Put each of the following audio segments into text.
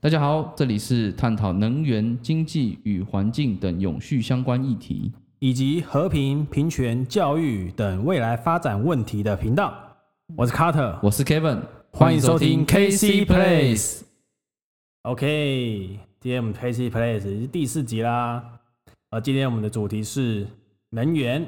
大家好，这里是探讨能源、经济与环境等永续相关议题。以及和平、平权、教育等未来发展问题的频道。我是 Carter，我是 Kevin，欢迎收听 KC Place。OK，今天我们 KC Place 是第四集啦。呃，今天我们的主题是能源。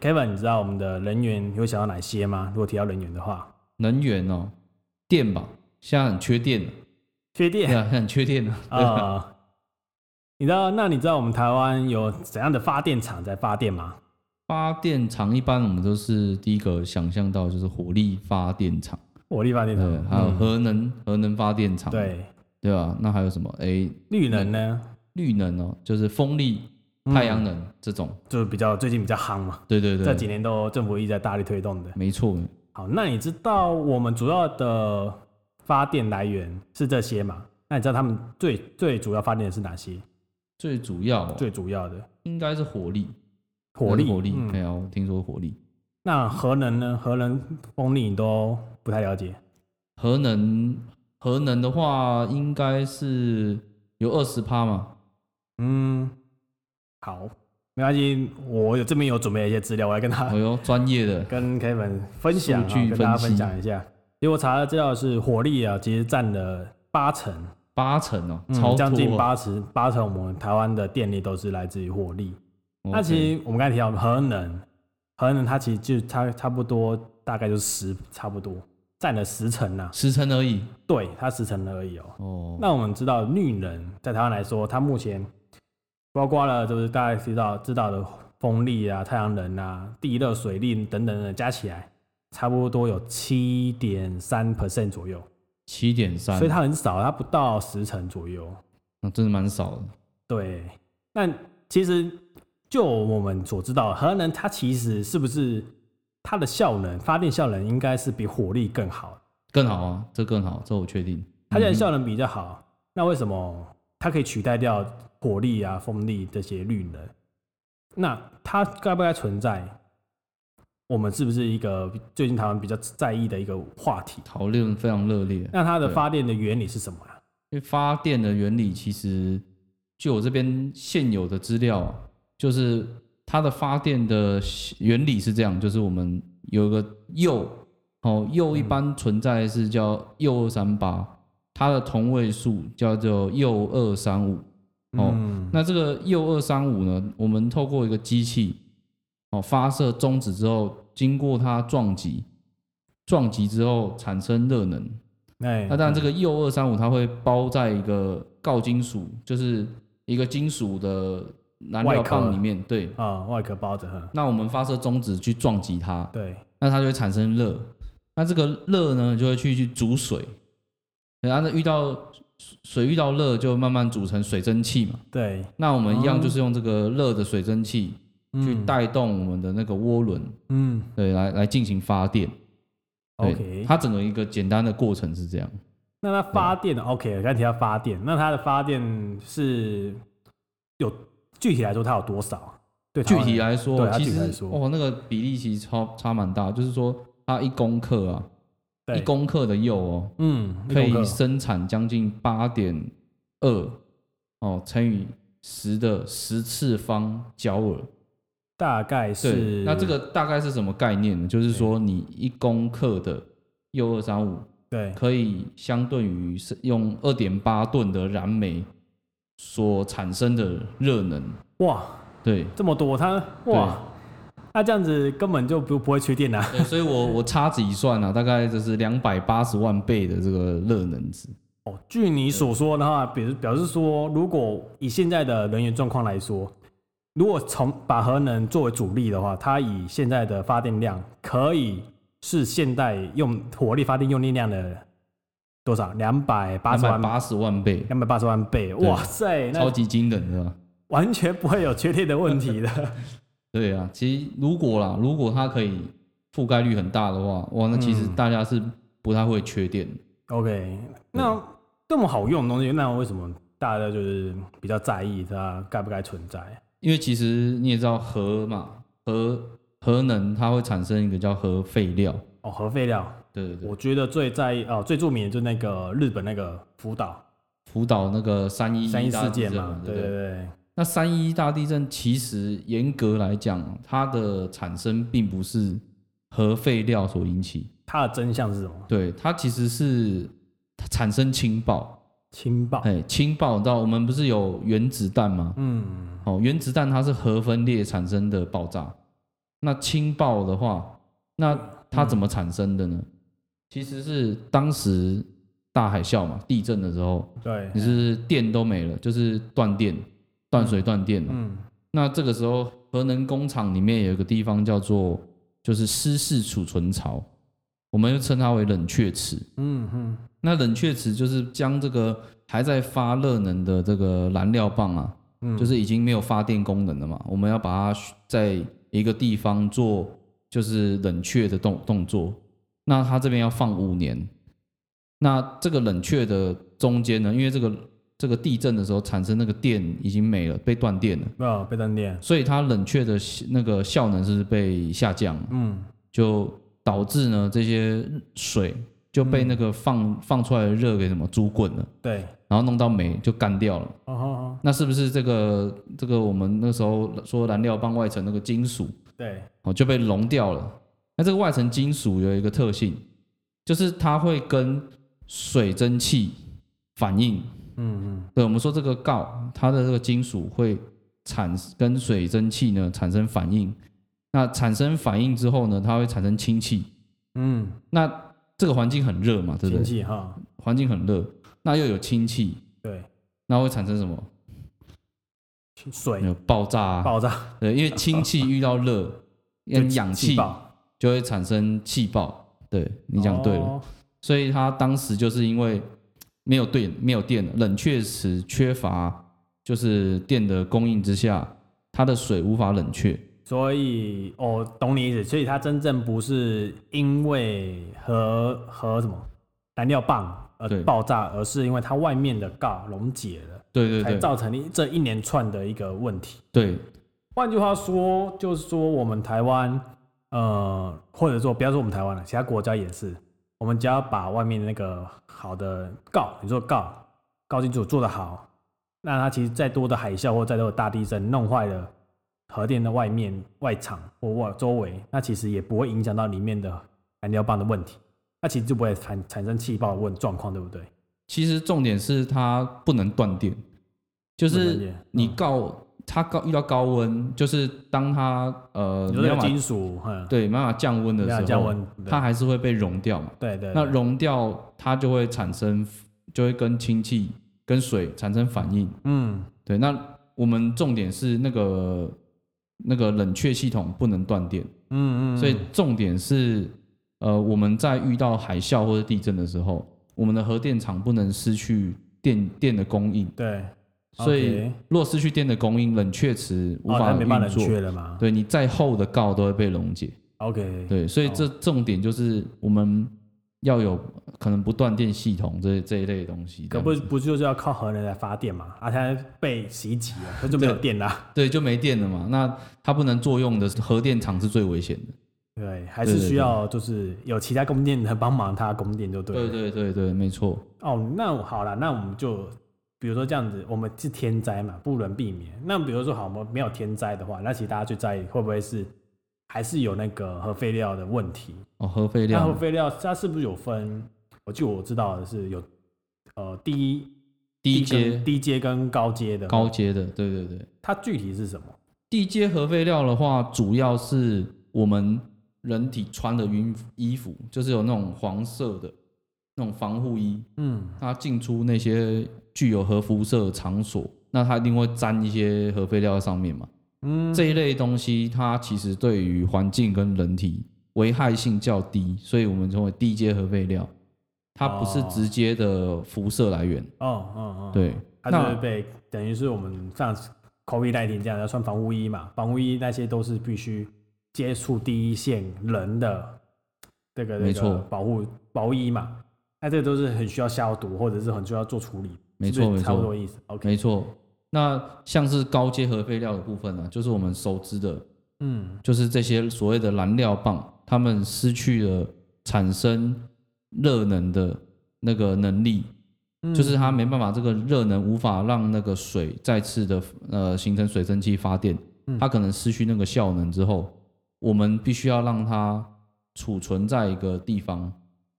Kevin，你知道我们的能源你会想到哪些吗？如果提到能源的话，能源哦，电吧，现在很缺电了，缺对电啊，很缺电了。啊、呃你知道？那你知道我们台湾有怎样的发电厂在发电吗？发电厂一般我们都是第一个想象到就是火力发电厂，火力发电厂对，，呃还有嗯核能、核能发电厂，对，对吧？那还有什么？哎，绿能呢，嗯绿能哦，就是风力、太阳能这种，就是比较最近比较夯嘛。对对这对，几年都政府一直在大力推动的。没错，好，那你知道我们主要的发电来源是这些吗？那你知道他们最最主要发电的是哪些？最主要哦最主要的应该是火力，火力，火力，嗯哎呀，我听说火力。那核能呢？核能、风力你都不太了解。核能，核能的话应该是有二十趴嘛，嗯，好，没关系，我有这边有准备一些资料，我来跟他哦哟，专业的，跟 Kevin 分享啊，数据跟大家分析分享一下。因为我查的资料是火力啊，其实占了八成，八成哦，嗯超将近脱哦。八十八成，我们台湾的电力都是来自于火力。 OK 那其实我们刚才提到核能，核能它其实就差差不多大概就是十，差不多占了十成呐、十成而已对，它十成而已哦。哦。那我们知道绿能在台湾来说，它目前包括了就是大家知道知道的风力啊、太阳能啊、地热、水力等等的加起来，差不多有七点三 percent 左右，七点三所以，它很少，它不到十成左右。那真的蛮少的。对，那其实就我们所知道，核能它其实是不是它的效能，发电效能应该是比火力更好。更好啊，这更好，这我确定。它既然效能比较好，那为什么它可以取代掉火力啊、风力这些绿能？那它该不该存在？我们是不是一个最近台湾比较在意的一个话题？讨论非常热烈，因那它的对发电的原理是什么啊？为发电的原理其实，就我这边现有的资料啊，就是它的发电的原理是这样，就是我们有一个铀，哦，铀一般存在是叫铀二三八，它的同位素叫做铀二三五，哦，嗯，那这个铀二三五呢，我们透过一个机器，哦，发射中子之后，经过它撞击，撞击之后产生热能。哎那当然，这个铀二三五它会包在一个锆金属，就是一个金属的燃料外壳棒里面。对，啊、外壳包着，嗯那我们发射中子去撞击它，对，那它就会产生热。那这个热呢，就会去去煮水，然后呢遇到水遇到热，就慢慢组成水蒸气嘛。对，那我们一样哦就是用这个热的水蒸气去带动我们的那个涡轮，嗯对，来来进行发电。对，OK，它整个一个简单的过程是这样。那它发电的 OK，刚才提到发电，那它的发电是有具体来说它有多少啊？对，具体台湾来说对，它其具体来实说哦，那个比例其实超差蛮大，就是说它一公克啊，对一公克的铀哦，嗯，可一公以克生产将近八点二哦乘以十的十次方焦耳。大概对是，那这个大概是什么概念呢？就是说你一公克的铀二三五对可以相对于是用二点八吨的燃煤所产生的热能，哇对。这么多，它哇，那这样子根本就不不会缺电啊。对，所以我我掐指一算啊，大概就是两百八十万倍的这个热能值。哦，据你所说的话，表示表示说，如果以现在的能源状况来说，如果从把核能作为主力的话，它以现在的发电量，可以是现代用火力发电用电量的多少？两百八十万，八十万倍，两百八十万倍！哇塞，超那级惊人的啊。完全不会有缺电的问题的。对啊，其实如果啦，如果它可以覆盖率很大的话，哇，嗯那其实大家是不太会缺电的。 OK，那这么好用的东西，那为什么大家就是比较在意它该不该存在？因为其实你也知道核嘛，核核能它会产生一个叫核废料。哦，核废料，对对对，我觉得最在意哦，最著名的就是那个日本那个福岛，福岛那个三一三一大事地件震嘛嘛，，对不对对，那三一大地震其实严格来讲，它的产生并不是核废料所引起，它的真相是什么？对，它其实是产生氢爆。氢爆，哎，氢爆，你知道我们不是有原子弹吗？嗯，哦，原子弹它是核分裂产生的爆炸。那氢爆的话，那它怎么产生的呢？其实是当时大海啸嘛，地震的时候，对你，是电都没了，就是断电、断水、断电嘛。嗯，那这个时候，核能工厂里面有一个地方叫做就是湿式储存槽，我们又称它为冷却池。嗯嗯，那冷却池就是将这个还在发热能的这个燃料棒啊，嗯就是已经没有发电功能了嘛，我们要把它在一个地方做就是冷却的动动作。那它这边要放五年，那这个冷却的中间呢，因为这个这个地震的时候产生那个电已经没了，被断电了，没有哦被断电，所以它冷却的那个效能是被下降了。嗯，就导致呢这些水就被那个放、放出来的热给什么煮滚了，对，然后弄到煤就干掉了。哦哦哦，那是不是这个这个我们那时候说燃料棒外层那个金属对，哦就被溶掉了？那这个外层金属有一个特性，就是它会跟水蒸气反应。嗯对，我们说这个锆，它的这个金属会产跟水蒸气呢产生反应。那产生反应之后呢，它会产生氢气。嗯那这个环境很热嘛，嗯，对不氢对？气哈，环境很热，那又有氢气，对，那会产生什么？水有爆炸、啊，爆炸，对，因为氢气遇到热 就跟气氧气气爆就会产生气爆。对你讲对了，哦所以他当时就是因为没有电，没有电了，冷却池缺乏就是电的供应之下，它的水无法冷却。所以哦，懂你意思，所以它真正不是因为核核什么燃料棒而对爆炸，而是因为它外面的锆溶解了，对对才对造成一这一连串的一个问题。对换句话说，就是说我们台湾，呃，或者说不要说我们台湾了，其他国家也是，我们只要把外面的那个好的告，你说告告清楚做得好，那它其实再多的海啸或再多的大地震弄坏了核电的外面外场或外周围，那其实也不会影响到里面的燃料棒的问题，那其实就不会产产生气爆的问状况，对不对？其实重点是它不能断电，就不能断是电你嗯告它高遇到高温，就是当它呃你没说那办个金法属，嗯，对没办法降温的时没办候，法降温，它还是会被溶掉嘛。对对，对那溶掉它就会产生，就会跟氢气跟水产生反应。嗯对，那我们重点是那个那个冷却系统不能断电，嗯嗯，所以嗯重点是呃我们在遇到海啸或者地震的时候，我们的核电厂不能失去电电的供应。对。所以 OK，若失去电的供应，冷却池无哦法那没办法运冷作，却了嘛。对你再厚的锆都会被溶解。 OK，对，所以这重点就是我们要有可能不断电系统这这一类的东西这可样不子，不就是要靠核能来发电嘛？啊，它被袭击了，它就没有电啦。对，就没电了嘛。那它不能作用的核电厂是最危险的。对，还是需要就是有其他供电来帮忙它供电就对了。对对对对，没错。哦，那我好了，那我们就比如说这样子，我们是天灾嘛，不能避免。那比如说好，我们没有天灾的话，那其实大家最在意会不会是还是有那个核废料的问题？哦，核废那核料废料它是不是有分？我据我知道的是有呃低低跟阶、低阶跟高阶的。高阶的，对对对。它具体是什么？低阶核废料的话，主要是我们人体穿的衣服衣服，就是有那种黄色的那种防护衣，嗯，它进出那些具有核辐射的场所，那它一定会沾一些核废料在上面嘛。嗯这一类东西，它其实对于环境跟人体危害性较低，所以我们称为低阶核废料。它不是哦直接的辐射来源，哦，嗯嗯，对，它就是被等于是我们上次 COVID 1 9这样要穿防护衣嘛，防护衣那些都是必须接触第一线人的这个没这个错保护保衣嘛，那这个都是很需要消毒或者是很需要做处理，没是不错没是差不错多意思。OK，没错。那像是高阶核废料的部分呢、啊就是我们熟知的嗯就是这些所谓的燃料棒，它们失去了产生热能的那个能力，嗯就是它没办法，这个热能无法让那个水再次的呃形成水蒸气发电，它可能失去那个效能之后，我们必须要让它储存在一个地方。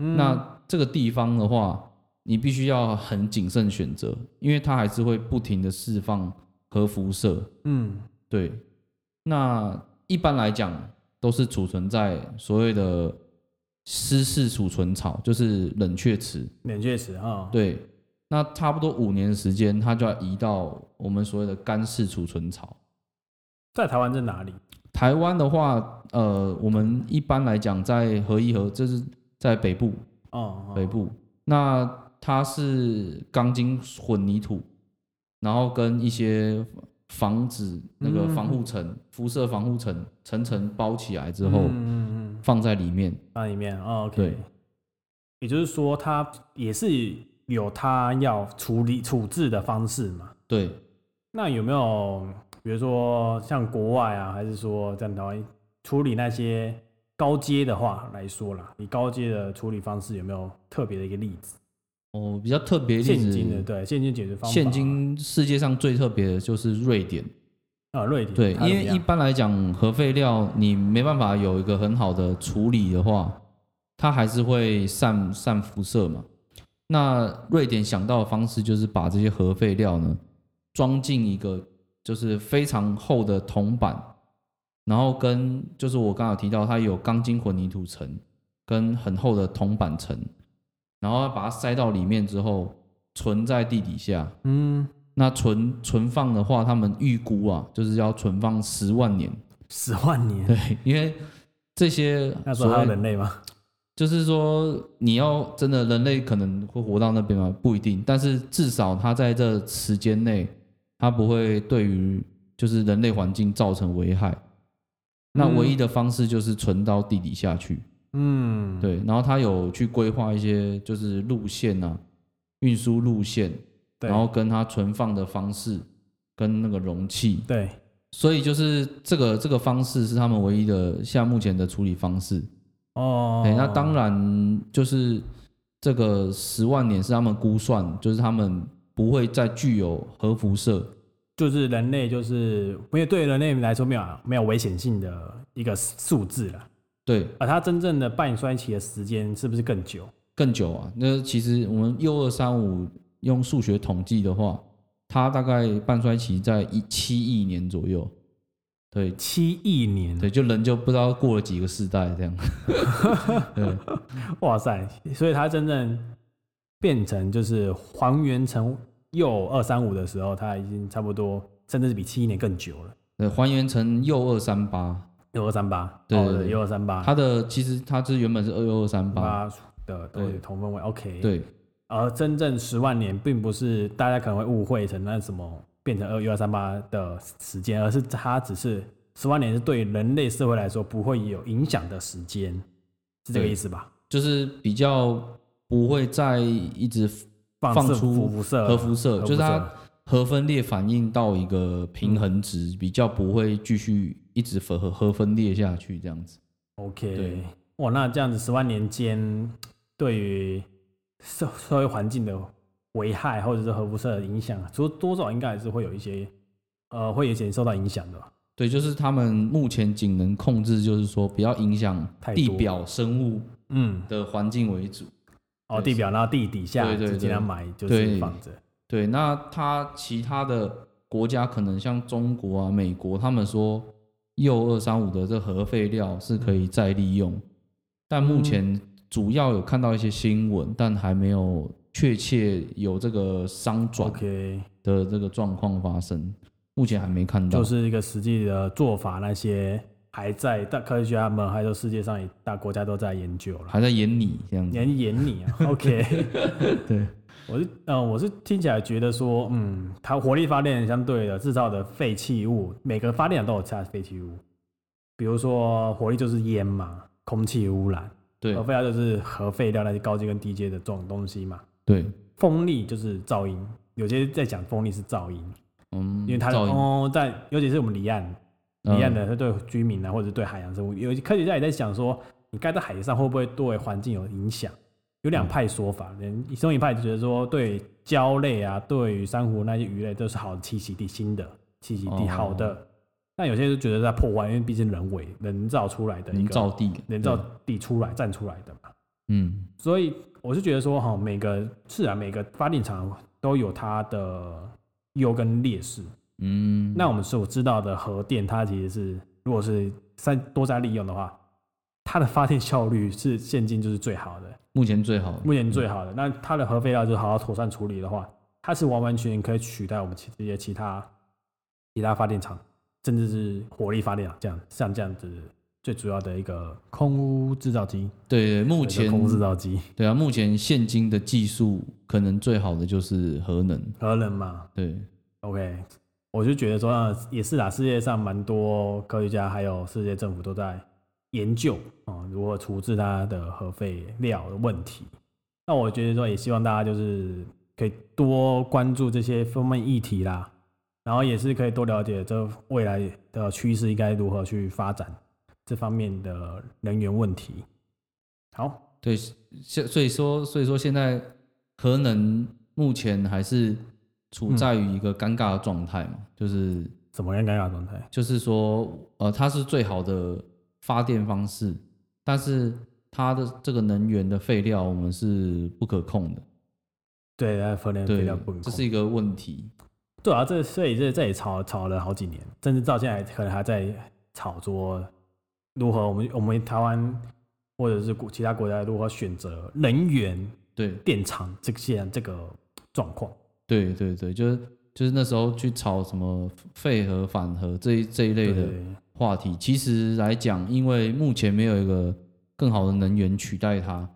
嗯那这个地方的话，你必须要很谨慎选择，因为它还是会不停的释放核辐射。嗯，对，那一般来讲都是储存在所谓的湿式储存槽，就是冷却池。冷却池啊，对，那差不多五年的时间，它就要移到我们所谓的干式储存槽。在台湾在哪里？台湾的话，呃，我们一般来讲在合一合，这是在北部，哦，北哦部，那它是钢筋混凝土，然后跟一些房子那个防护层、辐射防护层层层包起来之后，嗯嗯嗯嗯，放在里面。放里面哦，OK。对，也就是说，它也是有它要处理处置的方式嘛。对，那有没有，比如说像国外啊，还是说在台湾处理那些高阶的话来说啦，以高阶的处理方式有没有特别的一个例子？哦，比较特别的例现子金的，对，现金解决方法，现今世界上最特别的就是瑞典。啊，瑞典对，因它怎为么样一般来讲，核废料你没办法有一个很好的处理的话，它还是会散散辐射嘛。那瑞典想到的方式就是把这些核废料呢装进一个就是非常厚的铜板，然后跟就是我刚刚有提到它有钢筋混凝土层跟很厚的铜板层，然后把它塞到里面之后存在地底下，嗯，那存存放的话，他们预估啊，就是要存放十万年。 十万年，对，因为这些那时所候还有谓人类吗？就是说，你要真的人类可能会活到那边嘛，不一定。但是至少它在这时间内，它不会对于就是人类环境造成危害。那唯一的方式就是存到地底下去。嗯，对，然后它有去规划一些就是路线啊，运输路线，对然后跟它存放的方式跟那个容器，对，所以就是这个这个方式是他们唯一的现在目前的处理方式。哦哎、，那当然就是这个十万年是他们估算，就是他们不会再具有核辐射。就是人类就是没有对人类来说没有啊没有危险性的一个数字了，对，而它真正的半衰期的时间是不是更久？更久啊。那其实我们铀二三五用数学统计的话，它大概半衰期在一七亿年左右。对七亿年，对，就人就不知道过了几个世代这样。 对哇塞！所以它真正变成就是还原成铀二三五的时候，它已经差不多，甚至是比七亿年更久了，对，还原成铀二三八，铀二三八，对对哦，对铀二三八，它的其实它是原本是二六二三八，八的都对是同分位，OK，，对而真正十万年，并不是大家可能会误会成那什么变成二一二三八的时间，而是它只是十万年是对人类社会来说不会有影响的时间，是这个对意思吧？就是比较不会再一直放放射出辐射，核辐射，核就是辐它射核分裂反应到一个平衡值，比较不会继续一直核核核分裂下去这样子。 OK，对哇，那这样子十万年间对于社社会环境的危害，或者是核辐射的影响，多多少应该还是会有一些，呃，会有一些受到影响的吧。对，就是他们目前仅能控制，就是说不要影响太多地表生物嗯，的环境为主。哦，对地表，然后地底下对对就尽对量买，就对是放着。对，那它其他的国家可能像中国啊、美国，他们说铀二三五的这核废料是可以再利用，但嗯目前主要有看到一些新闻，但还没有确切有这个商转 OK，的这个状况发生，目前还没看到。就是一个实际的做法，那些还在大科学家们，还有世界上也大国家都在研究了。还在演你这样子，演演你啊 ，OK，对，我是呃，我是听起来觉得说，嗯，它火力发电相对的制造的废弃物，每个发电厂都有它的废弃物，比如说火力就是烟嘛，空气污染，对核废料就是核废料那些高阶跟低阶的这种东西嘛，对，风力就是噪音，有些在讲风力是噪音，嗯，因为它噪音哦在，尤其是我们离岸，嗯离岸的它对居民啊或者对海洋生物，有科学家也在想说，你盖在海上会不会对环境有影响？有两派说法，人其中一派就觉得说，对礁类啊，对于珊瑚那些鱼类都是好的栖息地，新的栖息地，哦好的。但有些就觉得在破坏，因为毕竟人为人造出来的一人个造地，人造地出来站出来的嘛。嗯所以我是觉得说，哈，每个是啊，每个发电厂都有它的优跟劣势。嗯，那我们所知道的核电，它其实是如果是再多加利用的话，它的发电效率是现今就是最好的，目前最好的，目前最好的。那它的核废料就好好妥善处理的话，它是完完全全可以取代我们其这些其他其他发电厂，甚至是火力发电啊，这样像这样子最主要的一个空污制造机，对对，目一个空污制前造机对啊，目前现今的技术可能最好的就是核能，核能嘛，对， OK，我就觉得说啊，也是啦，世界上蛮多科学家还有世界政府都在研究啊、哦如何处置它的核废料的问题。那我觉得说，也希望大家就是可以多关注这些方面议题啦，然后也是可以多了解这未来的趋势应该如何去发展这方面的能源问题。好，对，现所以说所以说现在核能目前还是嗯处在于一个尴尬的状态嘛，就是怎么样啊尴尬状态？就是说呃，它是最好的发电方式，但是它的这个能源的废料我们是不可控的，对，来核能废对料不，能这是一个问题，对啊，这所以这这也吵吵了好几年，甚至到现在可能还在吵说如何我们我们台湾或者是国其他国家如何选择能源对电厂这些这个状况。对对对，就是就是那时候去炒什么废核反核这一这一类的。话题，其实来讲，因为目前没有一个更好的能源取代它，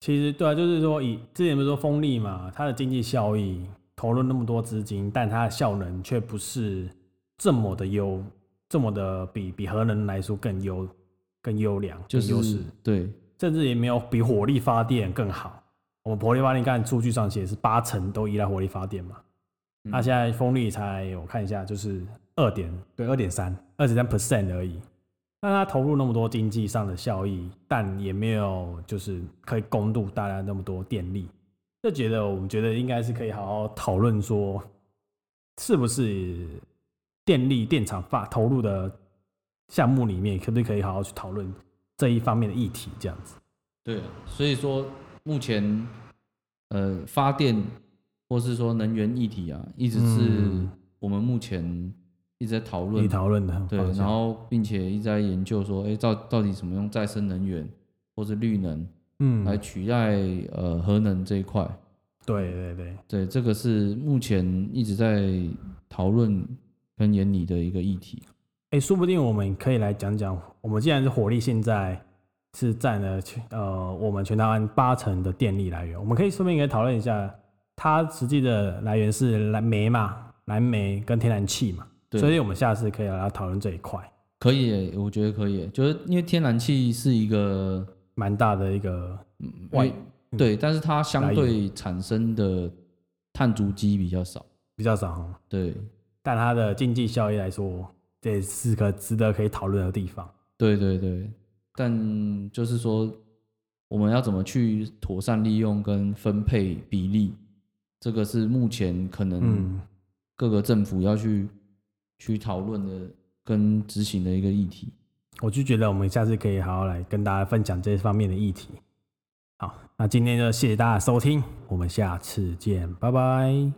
其实对啊，就是说以之前不是说风力嘛，它的经济效益投入那么多资金，但它的效能却不是这么的优，这么的比比核能来说更优、更优良、就更优是势。对甚至也没有比火力发电更好。我们火力发电看数据上写是八成都依赖火力发电嘛，嗯那、现在风力才我看一下就是二点对二点三二点三 percent 而已。那它投入那么多经济上的效益，但也没有就是可以供度大家那么多电力，就觉得我们觉得应该是可以好好讨论说，是不是电力电厂发投入的项目里面，可不可以好好去讨论这一方面的议题，这样子。对啊，所以说目前呃发电或是说能源议题啊，一直是嗯我们目前一直在讨你论，讨论的对，方向然后并且一直在研究说，哎，到到底怎么用再生能源或是绿能来嗯，取代呃核能这一块，对对对，对，这个是目前一直在讨论跟研拟的一个议题。哎，说不定我们可以来讲讲，我们既然是火力现在是占了全呃我们全台湾八成的电力来源，我们可以顺便可以讨论一下，它实际的来源是蓝煤嘛，蓝煤跟天然气嘛，对所以我们下次可以来讨论这一块，可以耶，我觉得可以耶，就是因为天然气是一个蛮大的一个嗯外因为对，但是它来相源对产生的碳足迹比较少，比较少哦，对，但它的经济效益来说，这也是个值得可以讨论的地方。对对对，但就是说我们要怎么去妥善利用跟分配比例，这个是目前可能嗯，各个政府要去去讨论的跟执行的一个议题。我就觉得我们下次可以好好来跟大家分享这方面的议题。好，那今天就谢谢大家收听，我们下次见，拜拜。